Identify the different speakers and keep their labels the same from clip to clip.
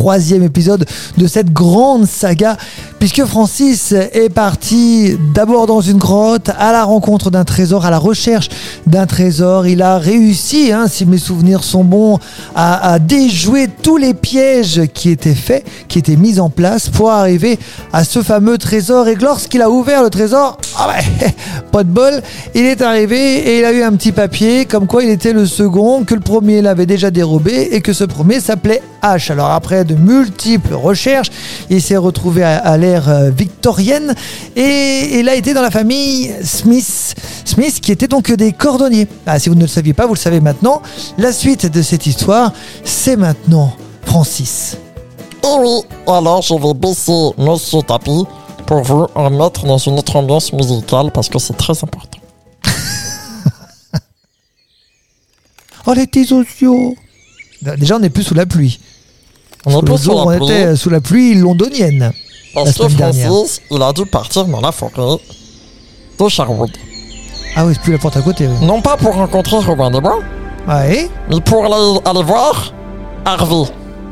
Speaker 1: troisième épisode de cette grande saga, puisque Francis est parti d'abord dans une grotte, à la rencontre d'un trésor, à la recherche d'un trésor. Il a réussi, hein, si mes souvenirs sont bons, à, à déjouer tous les pièges qui étaient faits, qui étaient mis en place pour arriver à ce fameux trésor. Et que lorsqu'il a ouvert le trésor, ah ouais, pas de bol, il est arrivé et il a eu un petit papier comme quoi il était le second, que le premier l'avait déjà dérobé et que ce premier s'appelait H. Alors après de multiples recherches, il s'est retrouvé à, à l'ère euh, victorienne et il a été dans la famille Smith. Smith qui était donc des cordonniers. Ah, si vous ne le saviez pas, vous le savez maintenant. La suite de cette histoire, c'est maintenant Francis.
Speaker 2: Eh oui, alors je vais baisser Monsieur Tapis pour vous remettre dans une autre ambiance musicale parce que c'est très important.
Speaker 1: Oh les petits sociaux Déjà on n'est plus sous la pluie.
Speaker 2: On est
Speaker 1: Parce que
Speaker 2: pas
Speaker 1: l'autre
Speaker 2: sur
Speaker 1: jour,
Speaker 2: la
Speaker 1: on
Speaker 2: pluie,
Speaker 1: était sous la pluie londonienne. la
Speaker 2: parce que
Speaker 1: semaine dernière.
Speaker 2: Francis, il a dû partir dans la forêt de Sherwood.
Speaker 1: Ah oui, c'est plus la porte à côté. oui.
Speaker 2: Non pas pour rencontrer Robin des Bois,
Speaker 1: Ouais.
Speaker 2: mais pour aller, aller voir Harvey.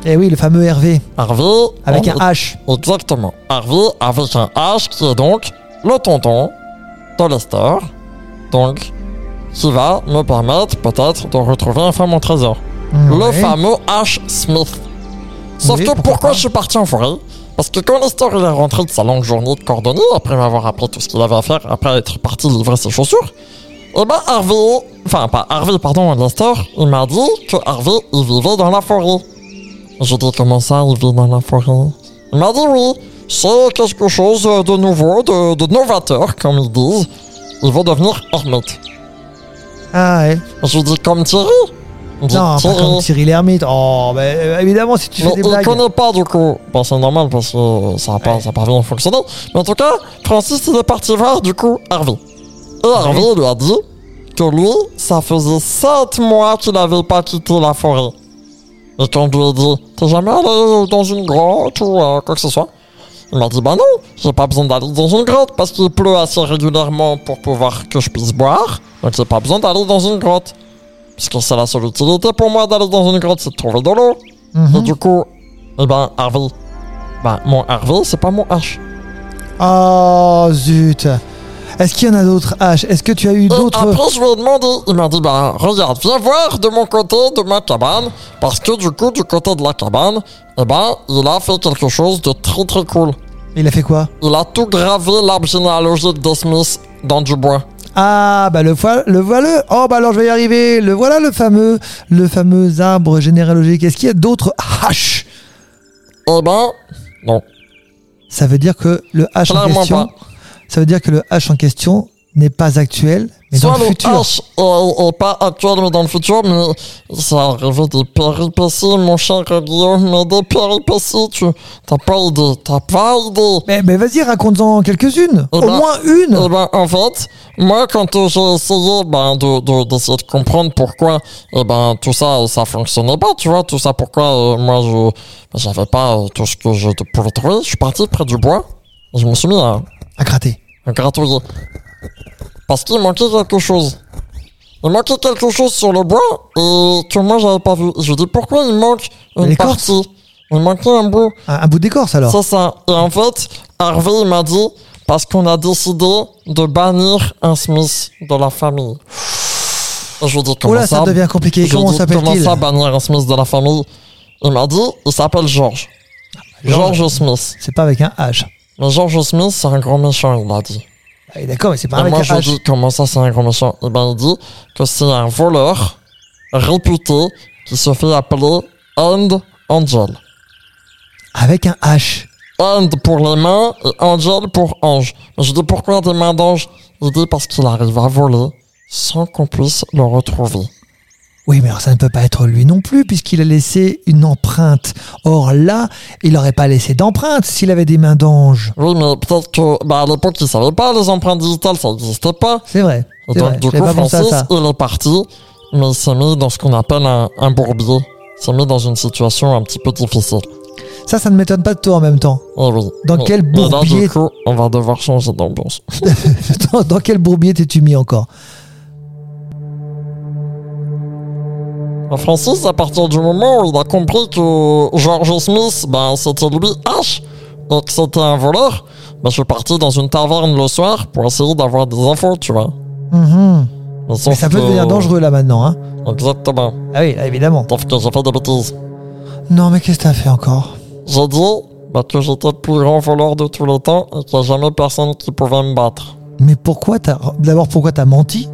Speaker 1: Et Eh oui, le fameux Hervé
Speaker 2: Harvey.
Speaker 1: avec
Speaker 2: on
Speaker 1: un
Speaker 2: est-
Speaker 1: H.
Speaker 2: Exactement. Harvey avec un H qui est donc le tonton de Lester. Donc, qui va me permettre peut-être de retrouver un fameux trésor. Le
Speaker 1: Ouais.
Speaker 2: fameux H. Smith. Sauf
Speaker 1: Oui,
Speaker 2: que
Speaker 1: pourquoi
Speaker 2: pourquoi
Speaker 1: pas.
Speaker 2: je suis parti en forêt Parce que quand Lester il est rentré de sa longue journée de cordonnier, après m'avoir appris tout ce qu'il avait à faire, après être parti livrer ses chaussures, eh ben Harvey, enfin pas Harvey, pardon, Lester, il m'a dit que Harvey, il vivait dans la forêt. J'ai dit comment ça, il vit dans la forêt Il m'a dit oui, c'est quelque chose de nouveau, de, de novateur, comme ils disent. Il va devenir ermite.
Speaker 1: Ah ouais.
Speaker 2: Je lui dis comme Thierry. Il dit,
Speaker 1: Non, pas
Speaker 2: Thierry.
Speaker 1: comme Thierry l'ermite. Oh, bah, euh, évidemment, si tu fais
Speaker 2: Mais
Speaker 1: des
Speaker 2: il
Speaker 1: blagues.
Speaker 2: connaît pas du coup. Bon, c'est normal parce que euh, ça n'a pas, ça a pas bien fonctionné. Mais en tout cas, Francis, il est parti voir du coup Harvey. Et Harvey lui a dit que lui, ça faisait 7 mois qu'il n'avait pas quitté la forêt. Et quand on lui a dit T'es jamais allé dans une grotte ou euh, quoi que ce soit Il m'a dit Bah non, j'ai pas besoin d'aller dans une grotte parce qu'il pleut assez régulièrement pour pouvoir que je puisse boire. Donc j'ai pas besoin d'aller dans une grotte. Parce que c'est la seule utilité pour moi d'aller dans une grotte, c'est de trouver de l'eau. Et du coup, eh ben, Harvey. Ben, mon Harvey, c'est pas mon H.
Speaker 1: Oh, zut. Est-ce qu'il y en a d'autres H Est-ce que tu as eu
Speaker 2: Et
Speaker 1: d'autres.
Speaker 2: Euh, après, je lui ai demandé, il m'a dit, ben, regarde, viens voir de mon côté, de ma cabane, parce que du coup, du côté de la cabane, eh ben, il a fait quelque chose de très très cool.
Speaker 1: Il a fait quoi
Speaker 2: Il a tout gravé l'arbre généalogique de Smith dans du bois.
Speaker 1: Ah, bah le, voilà le voileux. Oh, bah alors je vais y arriver. Le voilà le fameux, le fameux arbre généalogique. Est-ce qu'il y a d'autres H
Speaker 2: Eh ben, non,
Speaker 1: Ça veut dire que le H en
Speaker 2: Clairement
Speaker 1: question.
Speaker 2: pas.
Speaker 1: Ça veut dire que le H en question n'est pas actuel, mais
Speaker 2: Soit
Speaker 1: dans le futur.
Speaker 2: H est, est pas actuel, mais dans le futur, mais ça arrivé des péripéties, mon cher Guillaume, mais des péripéties, tu t'as pas idée, t'as pas idée.
Speaker 1: Mais, mais vas-y, raconte-en quelques-unes.
Speaker 2: Eh
Speaker 1: Au
Speaker 2: ben-
Speaker 1: moins une.
Speaker 2: Eh ben, en fait, moi, quand euh, j'ai essayé ben, de, de, d'essayer de comprendre pourquoi eh ben, tout ça, euh, ça fonctionnait pas, tu vois, tout ça, pourquoi euh, moi, je j'avais pas euh, tout ce que je pouvais trouver, je suis parti près du bois, et je me suis mis à,
Speaker 1: À gratter.
Speaker 2: à gratouiller. Parce qu'il manquait quelque chose. Il manquait quelque chose sur le bois et que moi, j'avais pas vu. Je dis, pourquoi il manque une
Speaker 1: Les Ah. cordes
Speaker 2: partie Il manquait un bout.
Speaker 1: Un, un bout d'écorce alors.
Speaker 2: C'est ça. Et en fait, Harvey il m'a dit parce qu'on a décidé de bannir un Smith de la famille. Et Je lui dis comment
Speaker 1: Oula, Oh ça devient compliqué.
Speaker 2: Je lui
Speaker 1: Comment
Speaker 2: dis, Comment
Speaker 1: s'appelle-t-il
Speaker 2: ça bannir un Smith de la famille Il m'a dit il s'appelle George.
Speaker 1: George.
Speaker 2: George Smith.
Speaker 1: C'est pas avec un H.
Speaker 2: Mais George Smith, c'est un grand méchant, il m'a dit.
Speaker 1: Ah, d'accord, mais c'est pas
Speaker 2: Et
Speaker 1: avec
Speaker 2: moi,
Speaker 1: un
Speaker 2: je lui
Speaker 1: H.
Speaker 2: dis comment ça, c'est un grand méchant Eh ben, il dit que c'est un voleur réputé qui se fait appeler End Angel.
Speaker 1: Avec un H.
Speaker 2: Hand pour les mains et Angel pour ange. Je dis pourquoi des mains d'ange Il dit parce qu'il arrive à voler sans qu'on puisse le retrouver.
Speaker 1: Oui, mais alors ça ne peut pas être lui non plus, puisqu'il a laissé une empreinte. Or là, il n'aurait pas laissé d'empreinte s'il avait des mains d'ange.
Speaker 2: Oui, mais peut-être que bah, à l'époque, il savait pas, les empreintes digitales, ça n'existait pas.
Speaker 1: C'est vrai.
Speaker 2: Et
Speaker 1: C'est
Speaker 2: donc,
Speaker 1: vrai.
Speaker 2: du
Speaker 1: J'avais
Speaker 2: coup,
Speaker 1: pas pensé à
Speaker 2: Francis,
Speaker 1: ça.
Speaker 2: il est parti, mais il s'est mis dans ce qu'on appelle un, un bourbier. Il s'est mis dans une situation un petit peu difficile.
Speaker 1: Ça, ça ne m'étonne pas de toi en même temps.
Speaker 2: Eh oui.
Speaker 1: Dans
Speaker 2: Mais-
Speaker 1: Oh, quel
Speaker 2: mais là,
Speaker 1: bourbier-
Speaker 2: du coup, on va devoir changer d'ambiance.
Speaker 1: dans, dans quel bourbier t'es-tu mis encore
Speaker 2: Francis, à partir du moment où il a compris que George Smith, ben, c'était lui H, et que c'était un voleur, ben, je suis parti dans une taverne le soir pour essayer d'avoir des infos, tu vois.
Speaker 1: Mhm.
Speaker 2: Mais
Speaker 1: Mais
Speaker 2: sauf
Speaker 1: ça peut
Speaker 2: que-
Speaker 1: devenir dangereux là maintenant. Hein.
Speaker 2: Exactement.
Speaker 1: Ah oui, là, évidemment.
Speaker 2: Sauf que j'ai fait des bêtises.
Speaker 1: Non, mais qu'est-ce que t'as fait encore
Speaker 2: J'ai dit bah, que j'étais le plus grand voleur de tous les temps et qu'il n'y a jamais personne qui pouvait me battre.
Speaker 1: Mais pourquoi t'as. D'abord, pourquoi t'as menti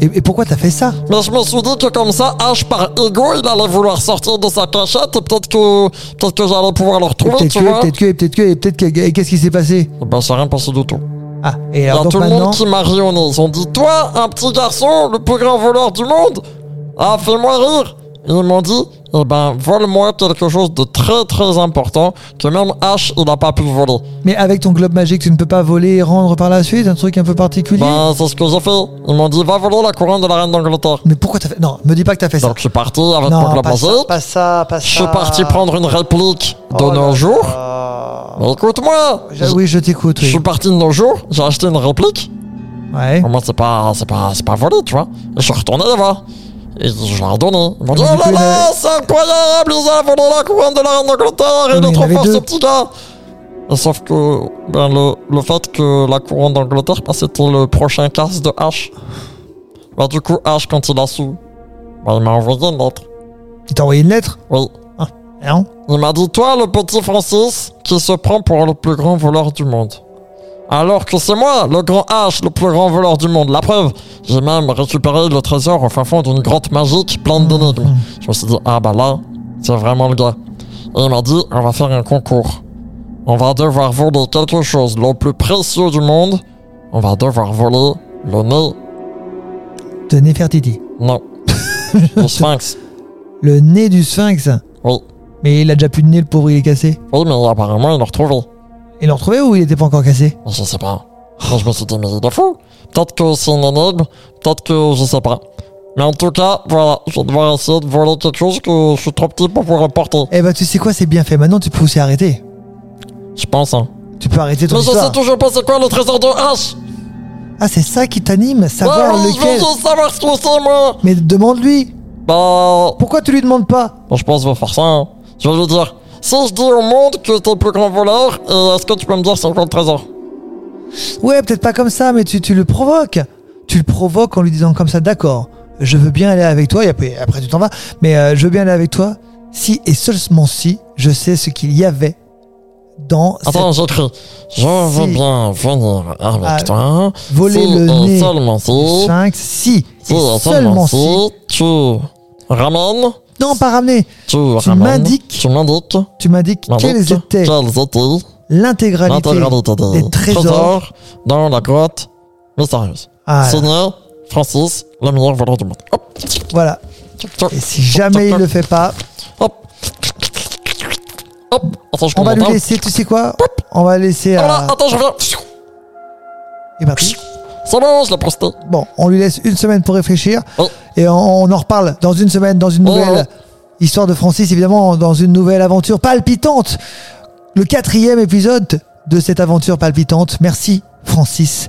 Speaker 1: et, et pourquoi t'as fait ça
Speaker 2: Mais je me suis dit que comme ça, H par ego, il allait vouloir sortir de sa cachette et peut-être que, peut que j'allais pouvoir le
Speaker 1: Et
Speaker 2: retrouver,
Speaker 1: Peut-être
Speaker 2: tu
Speaker 1: que,
Speaker 2: vois.
Speaker 1: peut-être que, et peut-être que, et peut-être que. et qu'est-ce qui s'est passé
Speaker 2: Eh Ben, ça n'a rien passé du tout.
Speaker 1: Ah, et
Speaker 2: Il y
Speaker 1: alors
Speaker 2: a
Speaker 1: donc
Speaker 2: Bah, tout le
Speaker 1: maintenant.
Speaker 2: monde qui m'a ri au nez. Ils ont dit Toi, un petit garçon, le plus grand voleur du monde Ah, fais-moi rire Et Ils m'ont dit Eh ben, vole-moi quelque chose de très très important que même H, il n'a pas pu voler.
Speaker 1: Mais avec ton globe magique, tu ne peux pas voler et rendre par la suite Un truc un peu particulier
Speaker 2: Ben, c'est ce que j'ai fait. Ils m'ont dit Va voler la couronne de la reine d'Angleterre.
Speaker 1: Mais pourquoi t'as fait. Non, me dis pas que t'as fait ça.
Speaker 2: Donc, je suis parti avec mon
Speaker 1: Non,
Speaker 2: club
Speaker 1: pas ça,
Speaker 2: magique.
Speaker 1: pas ça, pas ça.
Speaker 2: Je suis parti prendre une réplique de
Speaker 1: Oh
Speaker 2: nos
Speaker 1: là
Speaker 2: jours.
Speaker 1: là.
Speaker 2: Mais Écoute-moi
Speaker 1: Je- Oui, je t'écoute,
Speaker 2: Je
Speaker 1: oui.
Speaker 2: suis parti de nos jours, j'ai acheté une réplique.
Speaker 1: Ouais.
Speaker 2: Pour moi, c'est pas, c'est pas, c'est pas volé, tu vois. Et je suis retourné les voir. Et je leur ai donné. Ils m'ont dit,
Speaker 1: Mais du
Speaker 2: oh là
Speaker 1: coup,
Speaker 2: là,
Speaker 1: il
Speaker 2: c'est incroyable, ils ont volé la couronne de la reine d'Angleterre, il
Speaker 1: Mais
Speaker 2: est
Speaker 1: il
Speaker 2: trop
Speaker 1: avait
Speaker 2: fort
Speaker 1: deux.
Speaker 2: ce petit gars. Et sauf que, ben, le, le fait que la couronne d'Angleterre, ben, c'était le prochain casse de H. Bah, du coup, H, quand il a su, ben, il m'a envoyé une lettre.
Speaker 1: Il t'a envoyé une lettre Ah,
Speaker 2: Oui.
Speaker 1: Non.
Speaker 2: Il m'a dit, toi, le petit Francis, qui se prend pour le plus grand voleur du monde. Alors que c'est moi, le grand H, le plus grand voleur du monde. La preuve, j'ai même récupéré le trésor au fin fond d'une grotte magique pleine d'énigmes. Je me suis dit, ah bah là, c'est vraiment le gars. Et il m'a dit, on va faire un concours. On va devoir voler quelque chose le plus précieux du monde. On va devoir voler le nez.
Speaker 1: De Nefertiti.
Speaker 2: Non. le sphinx.
Speaker 1: Le nez du sphinx.
Speaker 2: Oui.
Speaker 1: Mais il a déjà plus de nez, le pauvre, il est cassé.
Speaker 2: Oui, mais apparemment, il l'a retrouvé.
Speaker 1: Il l'a retrouvé ou il était pas encore cassé
Speaker 2: Je sais pas. Moi, je me suis dit, mais il est fou. Peut-être que c'est une énigme, peut-être que je sais pas. Mais en tout cas, voilà, je vais devoir essayer de voler quelque chose que je suis trop petit pour pouvoir porter.
Speaker 1: Eh bah, tu sais quoi, c'est bien fait. Maintenant, tu peux aussi arrêter.
Speaker 2: Je pense, hein.
Speaker 1: Tu peux arrêter ton
Speaker 2: Mais je sais
Speaker 1: histoire.
Speaker 2: toujours pas c'est quoi le trésor de H.
Speaker 1: Ah, c'est ça qui t'anime,
Speaker 2: Bah
Speaker 1: savoir
Speaker 2: oui, je veux
Speaker 1: lequel.
Speaker 2: juste savoir ce que c'est, moi.
Speaker 1: Mais demande-lui.
Speaker 2: Bah,
Speaker 1: Pourquoi tu lui demandes pas
Speaker 2: bon, je pense que je vais faire ça, hein. Je vais lui dire, si je dis au monde que t'es le plus grand voleur, euh, est-ce que tu peux me dire c'est quoi le trésor
Speaker 1: Ouais, peut-être pas comme ça, mais tu, tu le provoques. Tu le provoques en lui disant comme ça, d'accord, je veux bien aller avec toi, et après, après tu t'en vas, mais euh, je veux bien aller avec toi si et seulement si je sais ce qu'il y avait dans
Speaker 2: Attends, j'écris. Je veux
Speaker 1: Si.
Speaker 2: bien venir avec
Speaker 1: Ah,
Speaker 2: toi.
Speaker 1: voler
Speaker 2: si
Speaker 1: le
Speaker 2: et
Speaker 1: nez.
Speaker 2: Seulement si.
Speaker 1: cette sphinx, si
Speaker 2: Si,
Speaker 1: et
Speaker 2: seulement
Speaker 1: seulement si.
Speaker 2: tu ramènes,
Speaker 1: Non, pas ramener.
Speaker 2: tu,
Speaker 1: m'indiques-
Speaker 2: tu m'indiques,
Speaker 1: Tu m'indiques
Speaker 2: Bah,
Speaker 1: quelles
Speaker 2: m'indiques
Speaker 1: étaient
Speaker 2: quelles étaient
Speaker 1: l'intégralité
Speaker 2: l'intégralité des,
Speaker 1: des
Speaker 2: trésors,
Speaker 1: trésors.
Speaker 2: dans la grotte mystérieuse.
Speaker 1: Ah, là,
Speaker 2: Signé Francis, le meilleur voleur du monde. Hop,
Speaker 1: voilà.
Speaker 2: tchou, tchou,
Speaker 1: Et si jamais il le fait pas,
Speaker 2: hop, hop, attends, je
Speaker 1: on va lui
Speaker 2: comprends.
Speaker 1: laisser, euh, tu sais quoi On va laisser
Speaker 2: Ah,
Speaker 1: à.
Speaker 2: voilà, attends, je reviens.
Speaker 1: Et parti.
Speaker 2: C'est bon, je l'ai posté.
Speaker 1: Bon, on lui laisse une semaine pour réfléchir.
Speaker 2: Oh.
Speaker 1: Et on, on en reparle dans une semaine, dans une
Speaker 2: Oh,
Speaker 1: nouvelle histoire de Francis, évidemment, dans une nouvelle aventure palpitante. Le quatrième épisode de cette aventure palpitante. Merci, Francis,